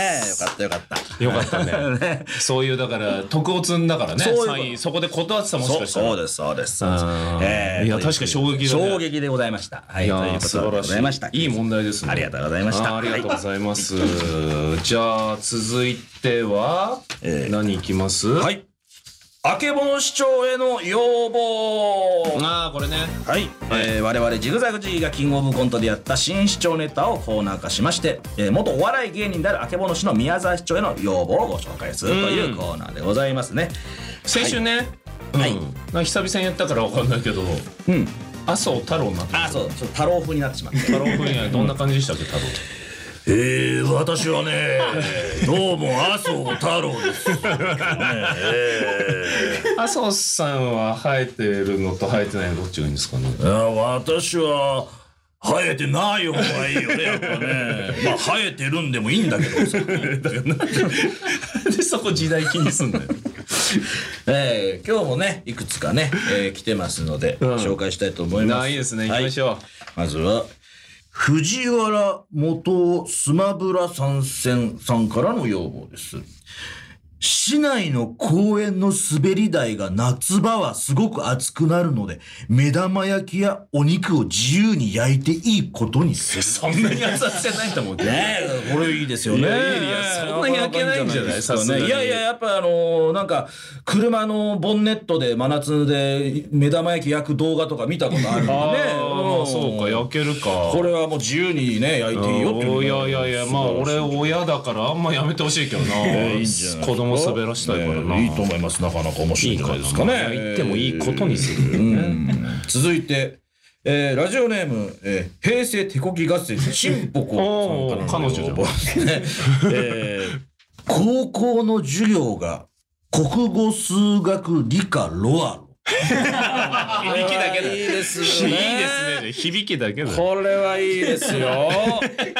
えよかったよかったよかったねそういうだから徳を積んだからねそういうことサインそこで断ってたもし そうかしたらそうですそうですそうですあーえーいやとう確かに衝撃だね衝撃でございましたはいいやというーこと素で晴ごらしざいましたいいい問題ですねありがとうございましたあーありがとうございます、じゃあ続いては、えー何いきます、はい。あけぼの市長への要望ああこれねはい、えー我々ジグザグジギーがキングオブコントでやった新市長ネタをコーナー化しまして、えー元お笑い芸人であるあけぼの市の宮沢市長への要望をご紹介するというコーナーでございますね。先週ね、はいうんなんか久々にやったからわかんないけどうん。麻生太郎になってあ、そう、ちょっと太郎風になってしまって。太郎君 やどんな感じでしたっけ太郎えー、私は ね、どうも麻生太郎です。麻生さんは生えてるのと生えてないのどっちがいいんですかね私は、生えてない方がいいよね、やっぱ ね。まあ、生えてるんでもいいんだけどさ。 でそこ時代気にすんだ よ。 えー今日もね、いくつかね、えー来てますので、うん紹介したいと思います。ないいですね。行はきいましょう。まずは、藤原元夫スマブラ参戦さんからの要望です。市内の公園の滑り台が夏場はすごく暑くなるので、目玉焼きやお肉を自由に焼いていいことにする。そんなに優しさないと思うけど。ねえ、これいいですよね。いやいやいやそんな焼けないんじゃないですかさすがにね。いやいや、やっぱあのーなんか、車のボンネットで真夏で目玉焼き焼く動画とか見たことあるんでねああ、んそうか、焼けるか。これはもう自由にね、焼いていいよっていうのおがいやいやいや、まあ俺親だからあんまやめてほしいけどな。 いいんじゃないですか子供滑らしたいからな。ねいいと思います。なかなか面白いんじゃないですかいいかなね。まあ行ってもいいことにするよねうん 続いて、えーラジオネーム、えー平成手こき合戦、ちんぽこさんからのおー彼女じゃん要望ですねえー高校の授業が、国語、数学、理科、ロアロ。 響きだけだ。いいですね。いいですね。響きだけだ。これはいいですよ。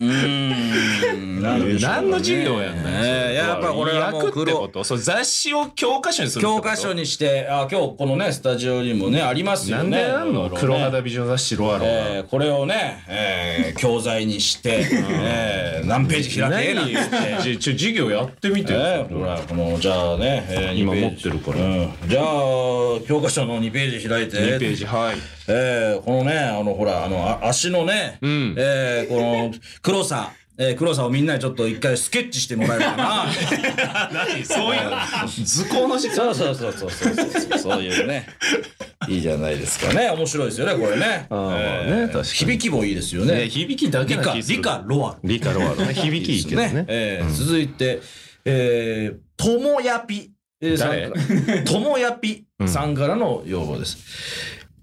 うーん。なんでしょうかね何の授業やんだよねえやっぱこれはもう役って黒ことそう雑誌を教科書にするってこ教と科書にして、あ、今日このね、スタジオにもね、ありますよなね。んであんのね黒肌美女雑誌ロアロが。えーこれをね、えー教材にして、えー何ページ開けなんて言って。じゃちょ授業やってみてよえーほら、この、じゃあね、えー今2ページ持ってるからうんじゃあ、教科書の2ページ開いて。 2ページはいえーこのね、あの、ほら、あの、あ足のね、んえーこの、黒さ、えー黒さをみんなにちょっと一回スケッチしてもらえる かな。そういう図工の時間そうそうそうそうそうそう、そういうね。いいじゃないですかね。面白いですよね、これね。ああえーまあね確かに響きもいいですよね。響きだけ理な科、気する理科、ロア。理科ロアロね響きいいけどねねえー続いて、えー、ともやぴ、えーさん からともやぴさんからの要望です。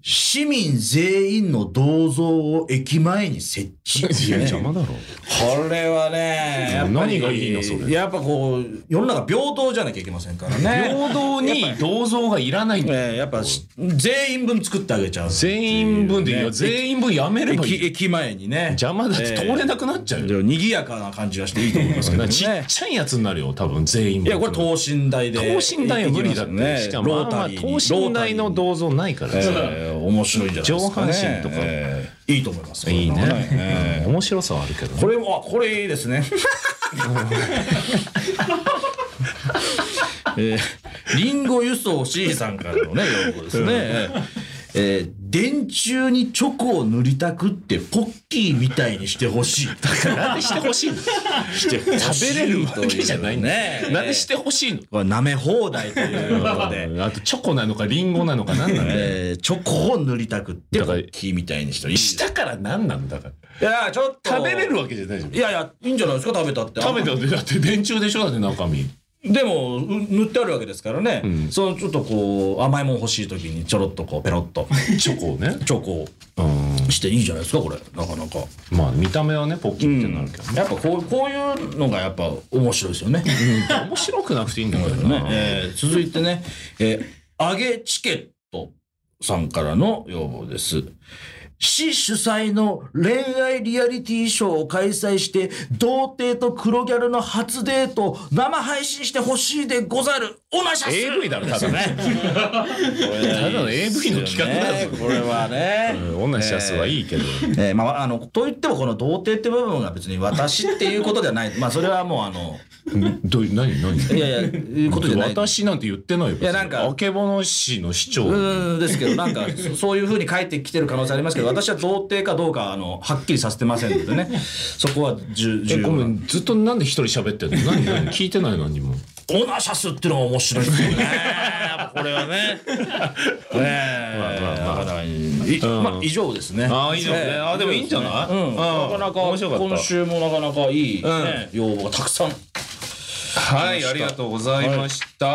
市民全員の銅像を駅前に設 置。いや邪魔だろこれはね、やっぱり何がいいのそれやっぱこう、世の中平等じゃなきゃいけませんから ね。平等に銅像がいらないんだよえーやっぱし全員分作ってあげちゃう。全員分でいいよ全員分やめればい駅い駅前にね。邪魔だって通れなくなっちゃうよでも賑やかな感じがしていいと思いますけどね。ちっちゃいやつになるよ多分全員い分や、これ等身大で。等身大は無理だってね。しかロもあーんまタリーに。等身大の銅像ないからローさタリーに。えー面白いんじゃないですかね。上半身とかえーいいと思います。いいこれはえね面白さはあるけどーねこれも、あ、これい いですね。えーリンゴ輸送 C さんからのね、要望ですね。えー電柱にチョコを塗りたくって、ポッキーみたいにしてほしい。なんでしてほしいの食べれるわけじゃないんだねえなんでしてほしいの これ舐め放題ということで。あとチョコなのかリンゴなのか何なのえーチョコを塗りたくって、だから木みたいにしてい下から何なんだからいや、ちょっと。食べれるわけじゃないじゃんいやいや、いいんじゃないですか、食べたって。食べたってだって電柱でしょだって中身でも、う塗ってあるわけですからね。そのちょっとこう、甘いもん欲しい時に、ちょろっとこう、ペロッ と、チョコをねチョコをしていいじゃないですか、これ。なかなか。まあ見た目はねポッキーってなるけどねやっぱこう、こういうのがやっぱ面白いです よね。面白くなくていいんだからねなえー続いてね、えー、揚げチケットさんからの要望です。市主催の恋愛リアリティショーを開催して、童貞と黒ギャルの初デートを生配信してほしいでござる。おなしゃす AV だろただね ただの AV の企画だぞこれはね。女シャスはいいけどえーまあ、あの、と言ってもこの童貞って部分が別に私っていうことではない。まあ、それはもうあの、どう何何いやいや、いうことじゃない。私なんて言ってないよ。いやなんかあけぼの市の市長。うんですけど、なんか、そそういうふうに書いてきてる可能性ありますけど、私は童貞かどうか、あの、はっきりさせてませんの でね、そこは重重え、要ごめな。ん、ずっとなんで一人喋ってんの何何聞いてない何も。オナシャスっていうのが面白いですよね。やっぱこれはね。ねえ、 まあまあまあなかなかいいまあ、以上ですね。ああ、以上ね。ああ、でもいいんじゃないうん、なかなか面白かった今。週もなかなかいい、ね要望がたくさんはい、ありがとうございました。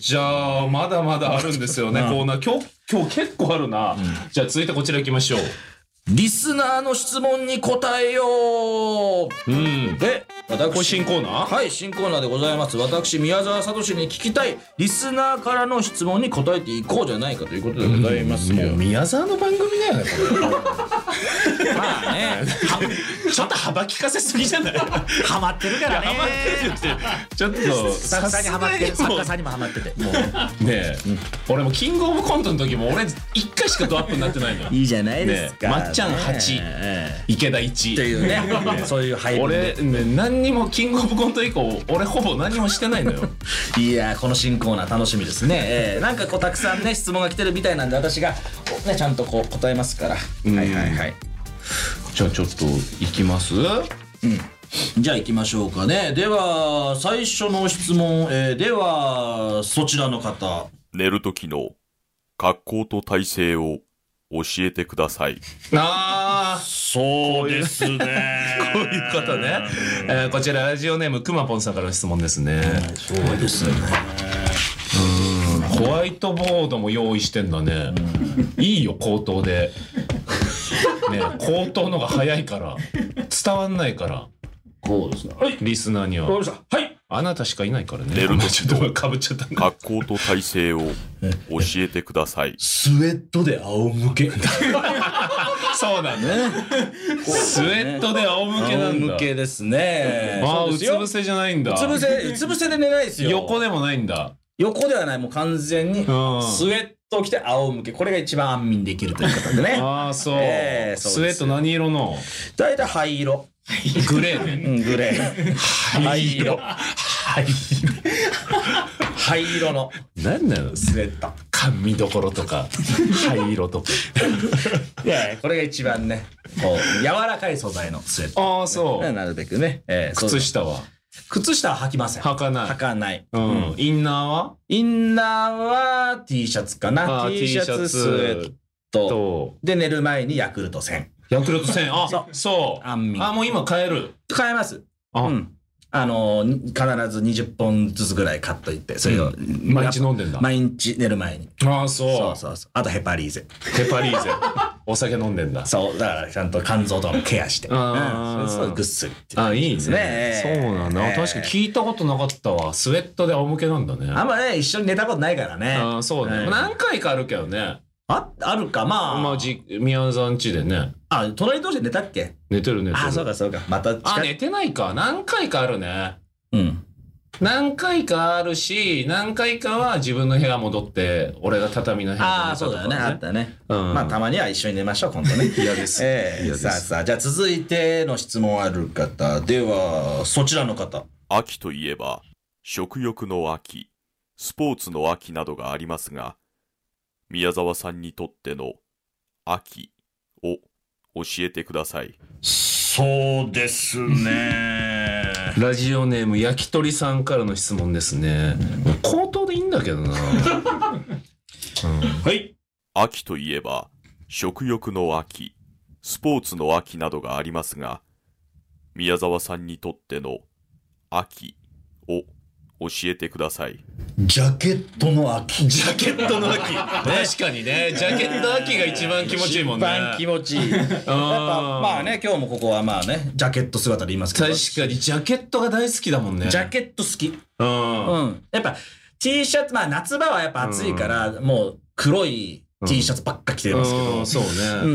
じゃあ、まだまだあるんですよね、コーナー。今日、今日結構あるな。じゃあ、続いてこちら行きましょう。リスナーの質問に答えよううん。で、これ私、新コーナーはい、新コーナーでございます。私、宮沢聡に聞きたい、リスナーからの質問に答えていこうじゃないかということでございますよ。宮沢の番組だよね、こまあね、れ。ちょっと幅利かせすぎじゃない ハマってるからね。ちょっと、スタッフさんにハマってる、さす作がにも家さんにもハマってて。うねえ、俺もキングオブコントの時も俺一回しかドアップになってないのよ。いいじゃないですか。ねまっちゃん八ね池田一。っていうね、 そういう配分俺、で。ね、何にもキングオブコント以降俺ほぼ何もしてないのよいやー、この新コーナー楽しみですね。えーなんかこう、たくさんね、質問が来てるみたいなんで、私が、ね、ちゃんとこう、答えますから。はいはいはい。 じゃあちょっと行きますじゃあ行きましょうかね。では、最初の質問、えーでは、そちらの方。寝る時の格好と体勢を教えてください。ああそうですね。こういうことね、えーこちらラジオネームくまぽんさんからの質問ですね、そうですね。ホワイトボードも用意してんだね、いいよ口頭でね口頭のが早いから伝わんないからこうですね。はい、わかリスナーにりはました。はい。あなたしかいないからね寝る時ちょっとかぶっちゃった格好と体勢を教えてください。スウェットで仰向け。そうだねスウェットで仰向けな仰んだ向けですね。あそーううですつよ伏せじゃないんだうつ伏せ、うつ伏せで寝ないですよ。横でもないんだ横ではない、もう完全に、んスウェットを着て仰向け。これが一番安眠できるということでね。ああそう,、えーそスうウでェすット何色の大体灰色。グレーうねん、グレー。灰色。はい灰色の何なのスウェット。甘味どころとか灰色とかいやいやこれが一番ね、こう、柔らかい素材のスウェット。ああそうなるべくね。えーそう靴下は靴下は履きません。履かない履かない。うん、インナーはインナーは T シャツかな。あー T シャ T シャツ、ツスウェット。とで、寝る前にヤクルト1000。ヤクルト1000あそそうう安眠あもう今買える買えます。あ、うん。あのー、必ず20本ずつぐらい買っといて、それを、毎日飲んでんだ毎日寝る前に。ああそうそうそうそう。あとヘパリーゼ。ヘパリーゼお酒飲んでんだそう。だからちゃんと肝臓とかもケアして。あーうんそうそう、ぐっすりっていう。あいいねすねそうなんだ、えー確かに聞いたことなかったわスウェットで仰向けなんだねあんまね、一緒に寝たことないからね。あーそうね、はい何回かあるけどねあ、あるか、まあ。まあじ宮沢ん家でねあ、隣同士で寝たっけ寝てる寝てるあ、そうか、そうか。またあ近い。寝てないか何回かあるねうん。何回かあるし何回かは自分の部屋戻って俺が畳の部屋ああ、そうだよね。あったね。うんまあ、たまには一緒に寝ましょう、今度ね。 嫌ですええ嫌ですさあさあ、じゃあ続いての質問ある方。では、そちらの方。秋といえば、食欲の秋、スポーツの秋などがありますが、宮沢さんにとっての秋を教えてください。そうですね。ラジオネーム焼き鳥さんからの質問ですねもう口頭でいいんだけどな はい。秋といえば、食欲の秋、スポーツの秋などがありますが、宮沢さんにとっての秋を教えてください。ジャケットの秋。ジャケットの秋、確かにねジャケット秋が一番気持ちいいもんね一番気持ちいい。 やっぱ、まあね、今日もここはまあね、ジャケット姿で言いますけど。確かにジャケットが大好きだもんねジャケット好き。うんうん。やっぱ T シャツ、まあ夏場はやっぱ暑いから、もう黒い T シャツばっか着てますけど、うんそうう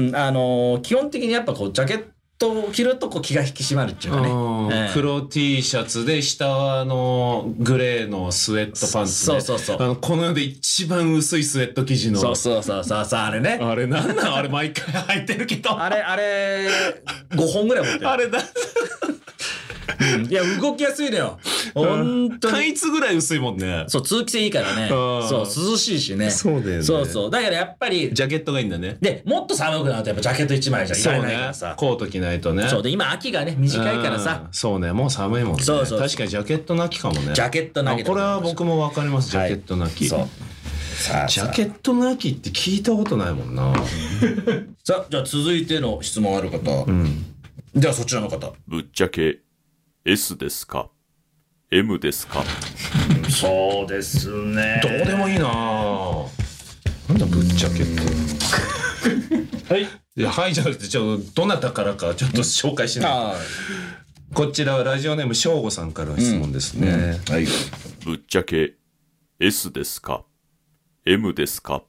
ね。ん、あのー基本的にやっぱこう、ジャケットを着るとこう気が引き締まるっていうかね。うんええ黒 T シャツで下はあのグレーのスウェットパンツ、ね、そうそうそうあのこの世で一番薄いスウェット生地のそうそうそうそうそう、あれね。あれなんなんあれ毎回履いてるけ どああれ、あれ、5本ぐらい持ってる。れだいや、動きやすいのよ。本当単に。一ぐらい薄いもんねそう、通気性いいからね。うんそう、涼しいしね。そうだよねそうそう。だからやっぱり、ジャケットがいいんだねで、もっと寒くなるとやっぱジャケット1枚じゃいそうられないかねらさ。コート着ないとねそうで、今秋がね、短いからさうん。そうねもう寒いもんねそうそうそう確かにジャケットなきかもねジャケットなきあこれは僕も分かりますジャケットなき、そう。さあ、ジさャあケットなきって聞いたことないもんなさあじゃあ続いての質問ある方。じゃあそちらの方。ぶっちゃけ S ですか ?M ですかそうですね。どう でもいいなぁなんだぶっちゃけって。はい。いや、はいじゃなくて、ちょっと、どなたからか、ちょっと紹介しない。こちらはラジオネーム、しょうごさんからの質問ですね。はい。ぶっちゃけ S ですか ?M ですか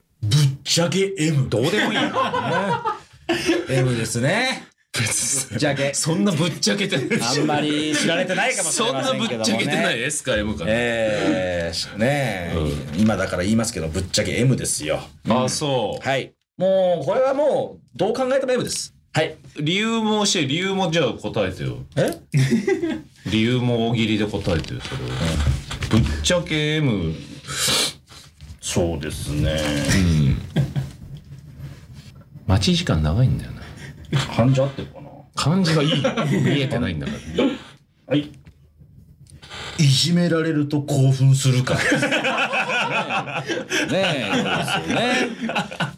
ジャケ M。どうで もいいよ。 M ですね。ぶっちゃけ。そんなぶっちゃけてない。あんまり知られてないかもしそれんまなせんぶけども、ね。っちゃけて ない。S か M か。えー、ねえ、今だから言いますけど、ぶっちゃけ M ですよ。あ、そう。はい。もう、これはもう、どう考えても M です。はい。理由も教え、理由もじゃあ答えてよ。え理由も大喜利で答えてよ、それをぶっちゃけ M。そうですね。待ち時間長いんだよな。感じ合ってるかな漢字がい い。見えてないんだから。はい。いじめられると興奮するから。ねえ、そうですよね。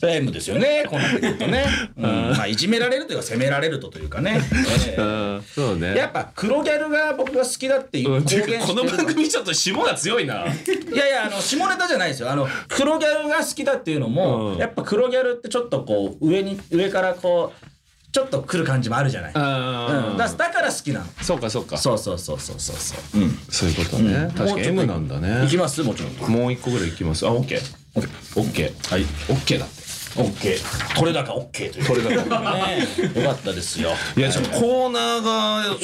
それは M ですよね、こうなってくるとね。うん、まあ、いじめられるというか、責められるとというかね。ええうん、そうね。やっぱ黒ギャルが僕が好きだっていううん、公て言していうるかこの番組ちょっと霜が強いな。いやいやあの下ネタじゃないですよあの黒ギャルが好きだっていうのも、うんやっぱ黒ギャルってちょっとこう上に上からこうちょっと来る感じもあるじゃない、うん、あだだから好きなのそうかそうか。そうそうそうそうそうそうそういうことね。確かに M なんだね。ますもちろんもう一個ぐらいいきます。あ、オッケー。オッケー。はい。オッケーだって。 OK 取れ高 OK というこれだから。ねよかったですよいや、ちょっとコーナー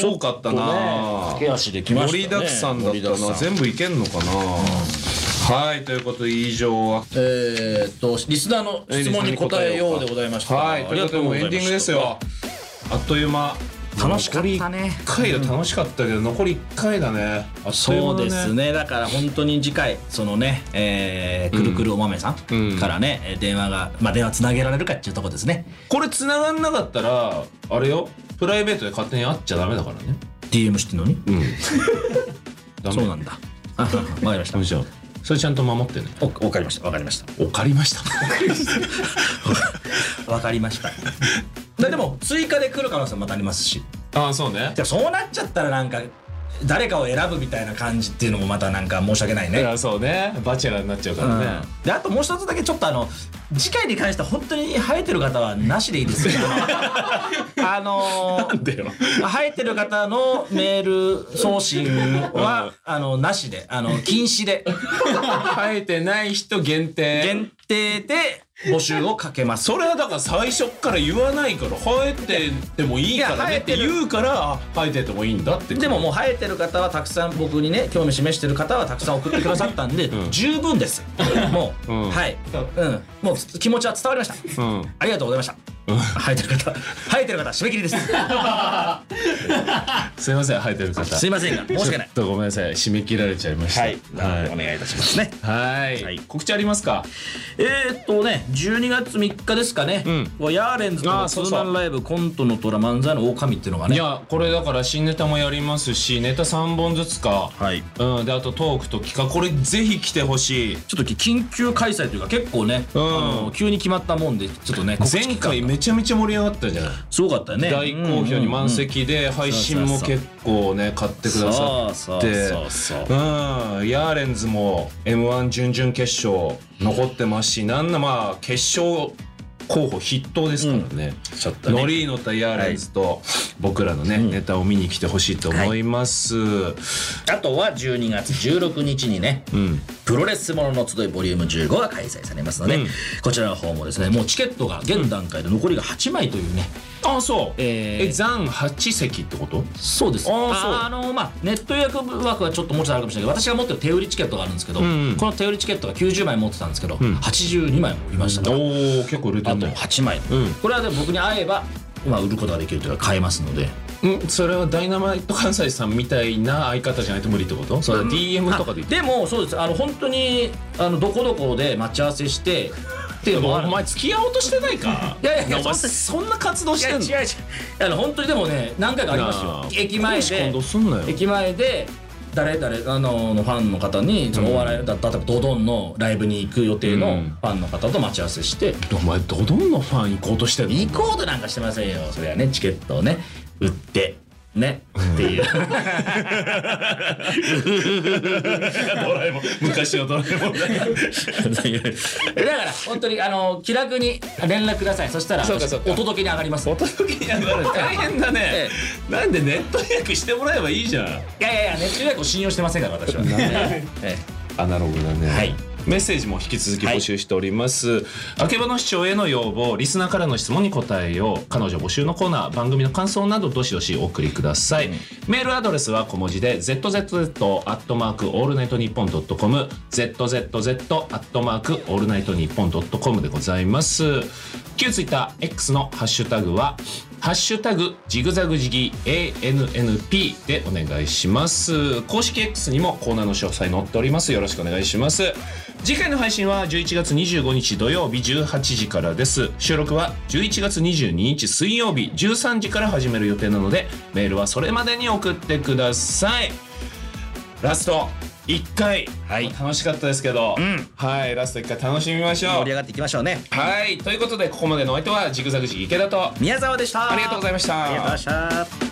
が多かったな。手足できました盛ねりだくさんだった盛りだな。くさん全部いけんのかな。はい、ということで以上は。えーっとリスナーの質問に答えようでございましたはい、あとりいうがこととでうごもうエざいンまディングでしすたよ。あっという間。楽しかったね1回だ楽しかったけど、残り1回だね。あっというそう間だです。ねだから本当に次回そのね、えーくるくるお豆さんからね、えー電話がまあ電話つなげられるかっていうところですねこれ繋がんなかったら、あれよ。プライベートで勝手に会っちゃダメだからね。 DM してんのにダメ。そうなんだあわかりましたダメじゃんそれちゃんと守ってね。おわかりましたわかりましたお借りました。わかりましたででも追加で来る可能性もまたありますしああ、そうね。でもそうなっちゃったらなんか誰かを選ぶみたいな感じっていうのもまたなんか申し訳ないねいやそうねバチェラーになっちゃうかうんらね、であともう一つだけちょっとあの次回に関しては本当に生えてる方はなしでい いですよあのー、よ生えてる方のメール送信は、あのなしであの禁 止で生えてない人限定限定で募集をかけますそれはだから最初っから言わないから生えててもいいからいや生ねえっててる言うからあ生えててもいいんだってでももう生えてる方はたくさん僕にね興味示してる方はたくさん送ってくださったんで、十分ですもうう、んはい、うん、もう気持ちは伝わりました、うんありがとうございました生えてる方生えてる方締め切り ですすいません生えてる方すいませんが申し 訳ないちょっとごめんなさい締め切られちゃいましたおはい願いいたしますね。はいい告知ありますかえー、っとね、12月3日ですかね、はヤーレンズとあーのツそうーそうマンライブコントの虎漫才の狼っていうのがいね、やこれだから新ネタもやりますしネタ3本ずつかはい、うんであとトークと企画これぜひ来てほしいちょっと緊急開催というか結構ね、うんあの急に決まったもんでちょっとね、告知期前間回めちゃめちゃ盛り上がったじゃないすごかったよね。大好評に満席で配信も結構ね買ってくださそうっそうてそうそううんヤーレンズも m 1準々決勝残ってますしなんなまあ決勝候補筆頭ですからね、ちょっとねノリーノとヤーレンズと僕らのね、ネタを見に来てほしいと思います、あとは12月16日にね、プロレスものの集いボリューム15が開催されますので、こちらの方もですね、もうチケットが現段階で残りが8枚というね、あそうええー残8席ってことそうですああーそうあのまあネット予約枠はちょっともうちょっとあるかもしれないけど私が持ってる手売りチケットがあるんですけど、んうんこの手売りチケットが90枚持ってたんですけど、82枚も売りましたから、おお結構売れてあんとね8枚、うんこれはでも僕に会えば、まあ、売ることができるというか買えますのでうんそれはダイナマイト関西さんみたいな相方じゃないと無理ってことそれは DM とかで言ってでもそうですあの本当にあのどこどこで待ち合わせしてっていうのももうあるお前付き合おうとしてないかいやいやいやお前そんそんなな活動しいてやん違うの違うあの本当にでもね何回かありますなあよ駅前公私混で同すんなよ駅前で誰誰あののファンの方にそのお笑いだったらドドンのライブに行く予定うのんファンの方と待ち合わせして、お前ドドンのファン行こうとしてるの行こうとなんかしてませんよそれはねチケットをね売って ね。っていう。昔のドラえもんというだから、本当に、あの、気楽に連絡ください。そしたら、そうかそうかお届けに上がります。いお届けに上が る大変だねえなんでネット予約してもらえばいいじゃんやいやいや、ネット予約 を信用してませんから、私は。えアナログだねえはい。メッセージも引き続き募集しております、あけぼの市長への要望リスナーからの質問に答えよう彼女募集のコーナー番組の感想などどしどしお送りください、メールアドレスは小文字で zzz.allnightnippon.com zzz.allnightnippon.com でございます旧ツイッター X のハッシュタグはハッシュタグジグザグジギ ANNP でお願いします。公式 X にもコーナーの詳細載っております。よろしくお願いします。次回の配信は11月25日土曜日18時からです。収録は11月22日水曜日13時から始める予定なので、メールはそれまでに送ってください。ラスト1回、はい楽しかったですけど、はい、ラスト1回楽しみましょ盛うり上。がっていきましょうね。はい、ということでここまでのお相手はジグザグジギ池田と宮沢でした。ありがとうございましたありがとうございました。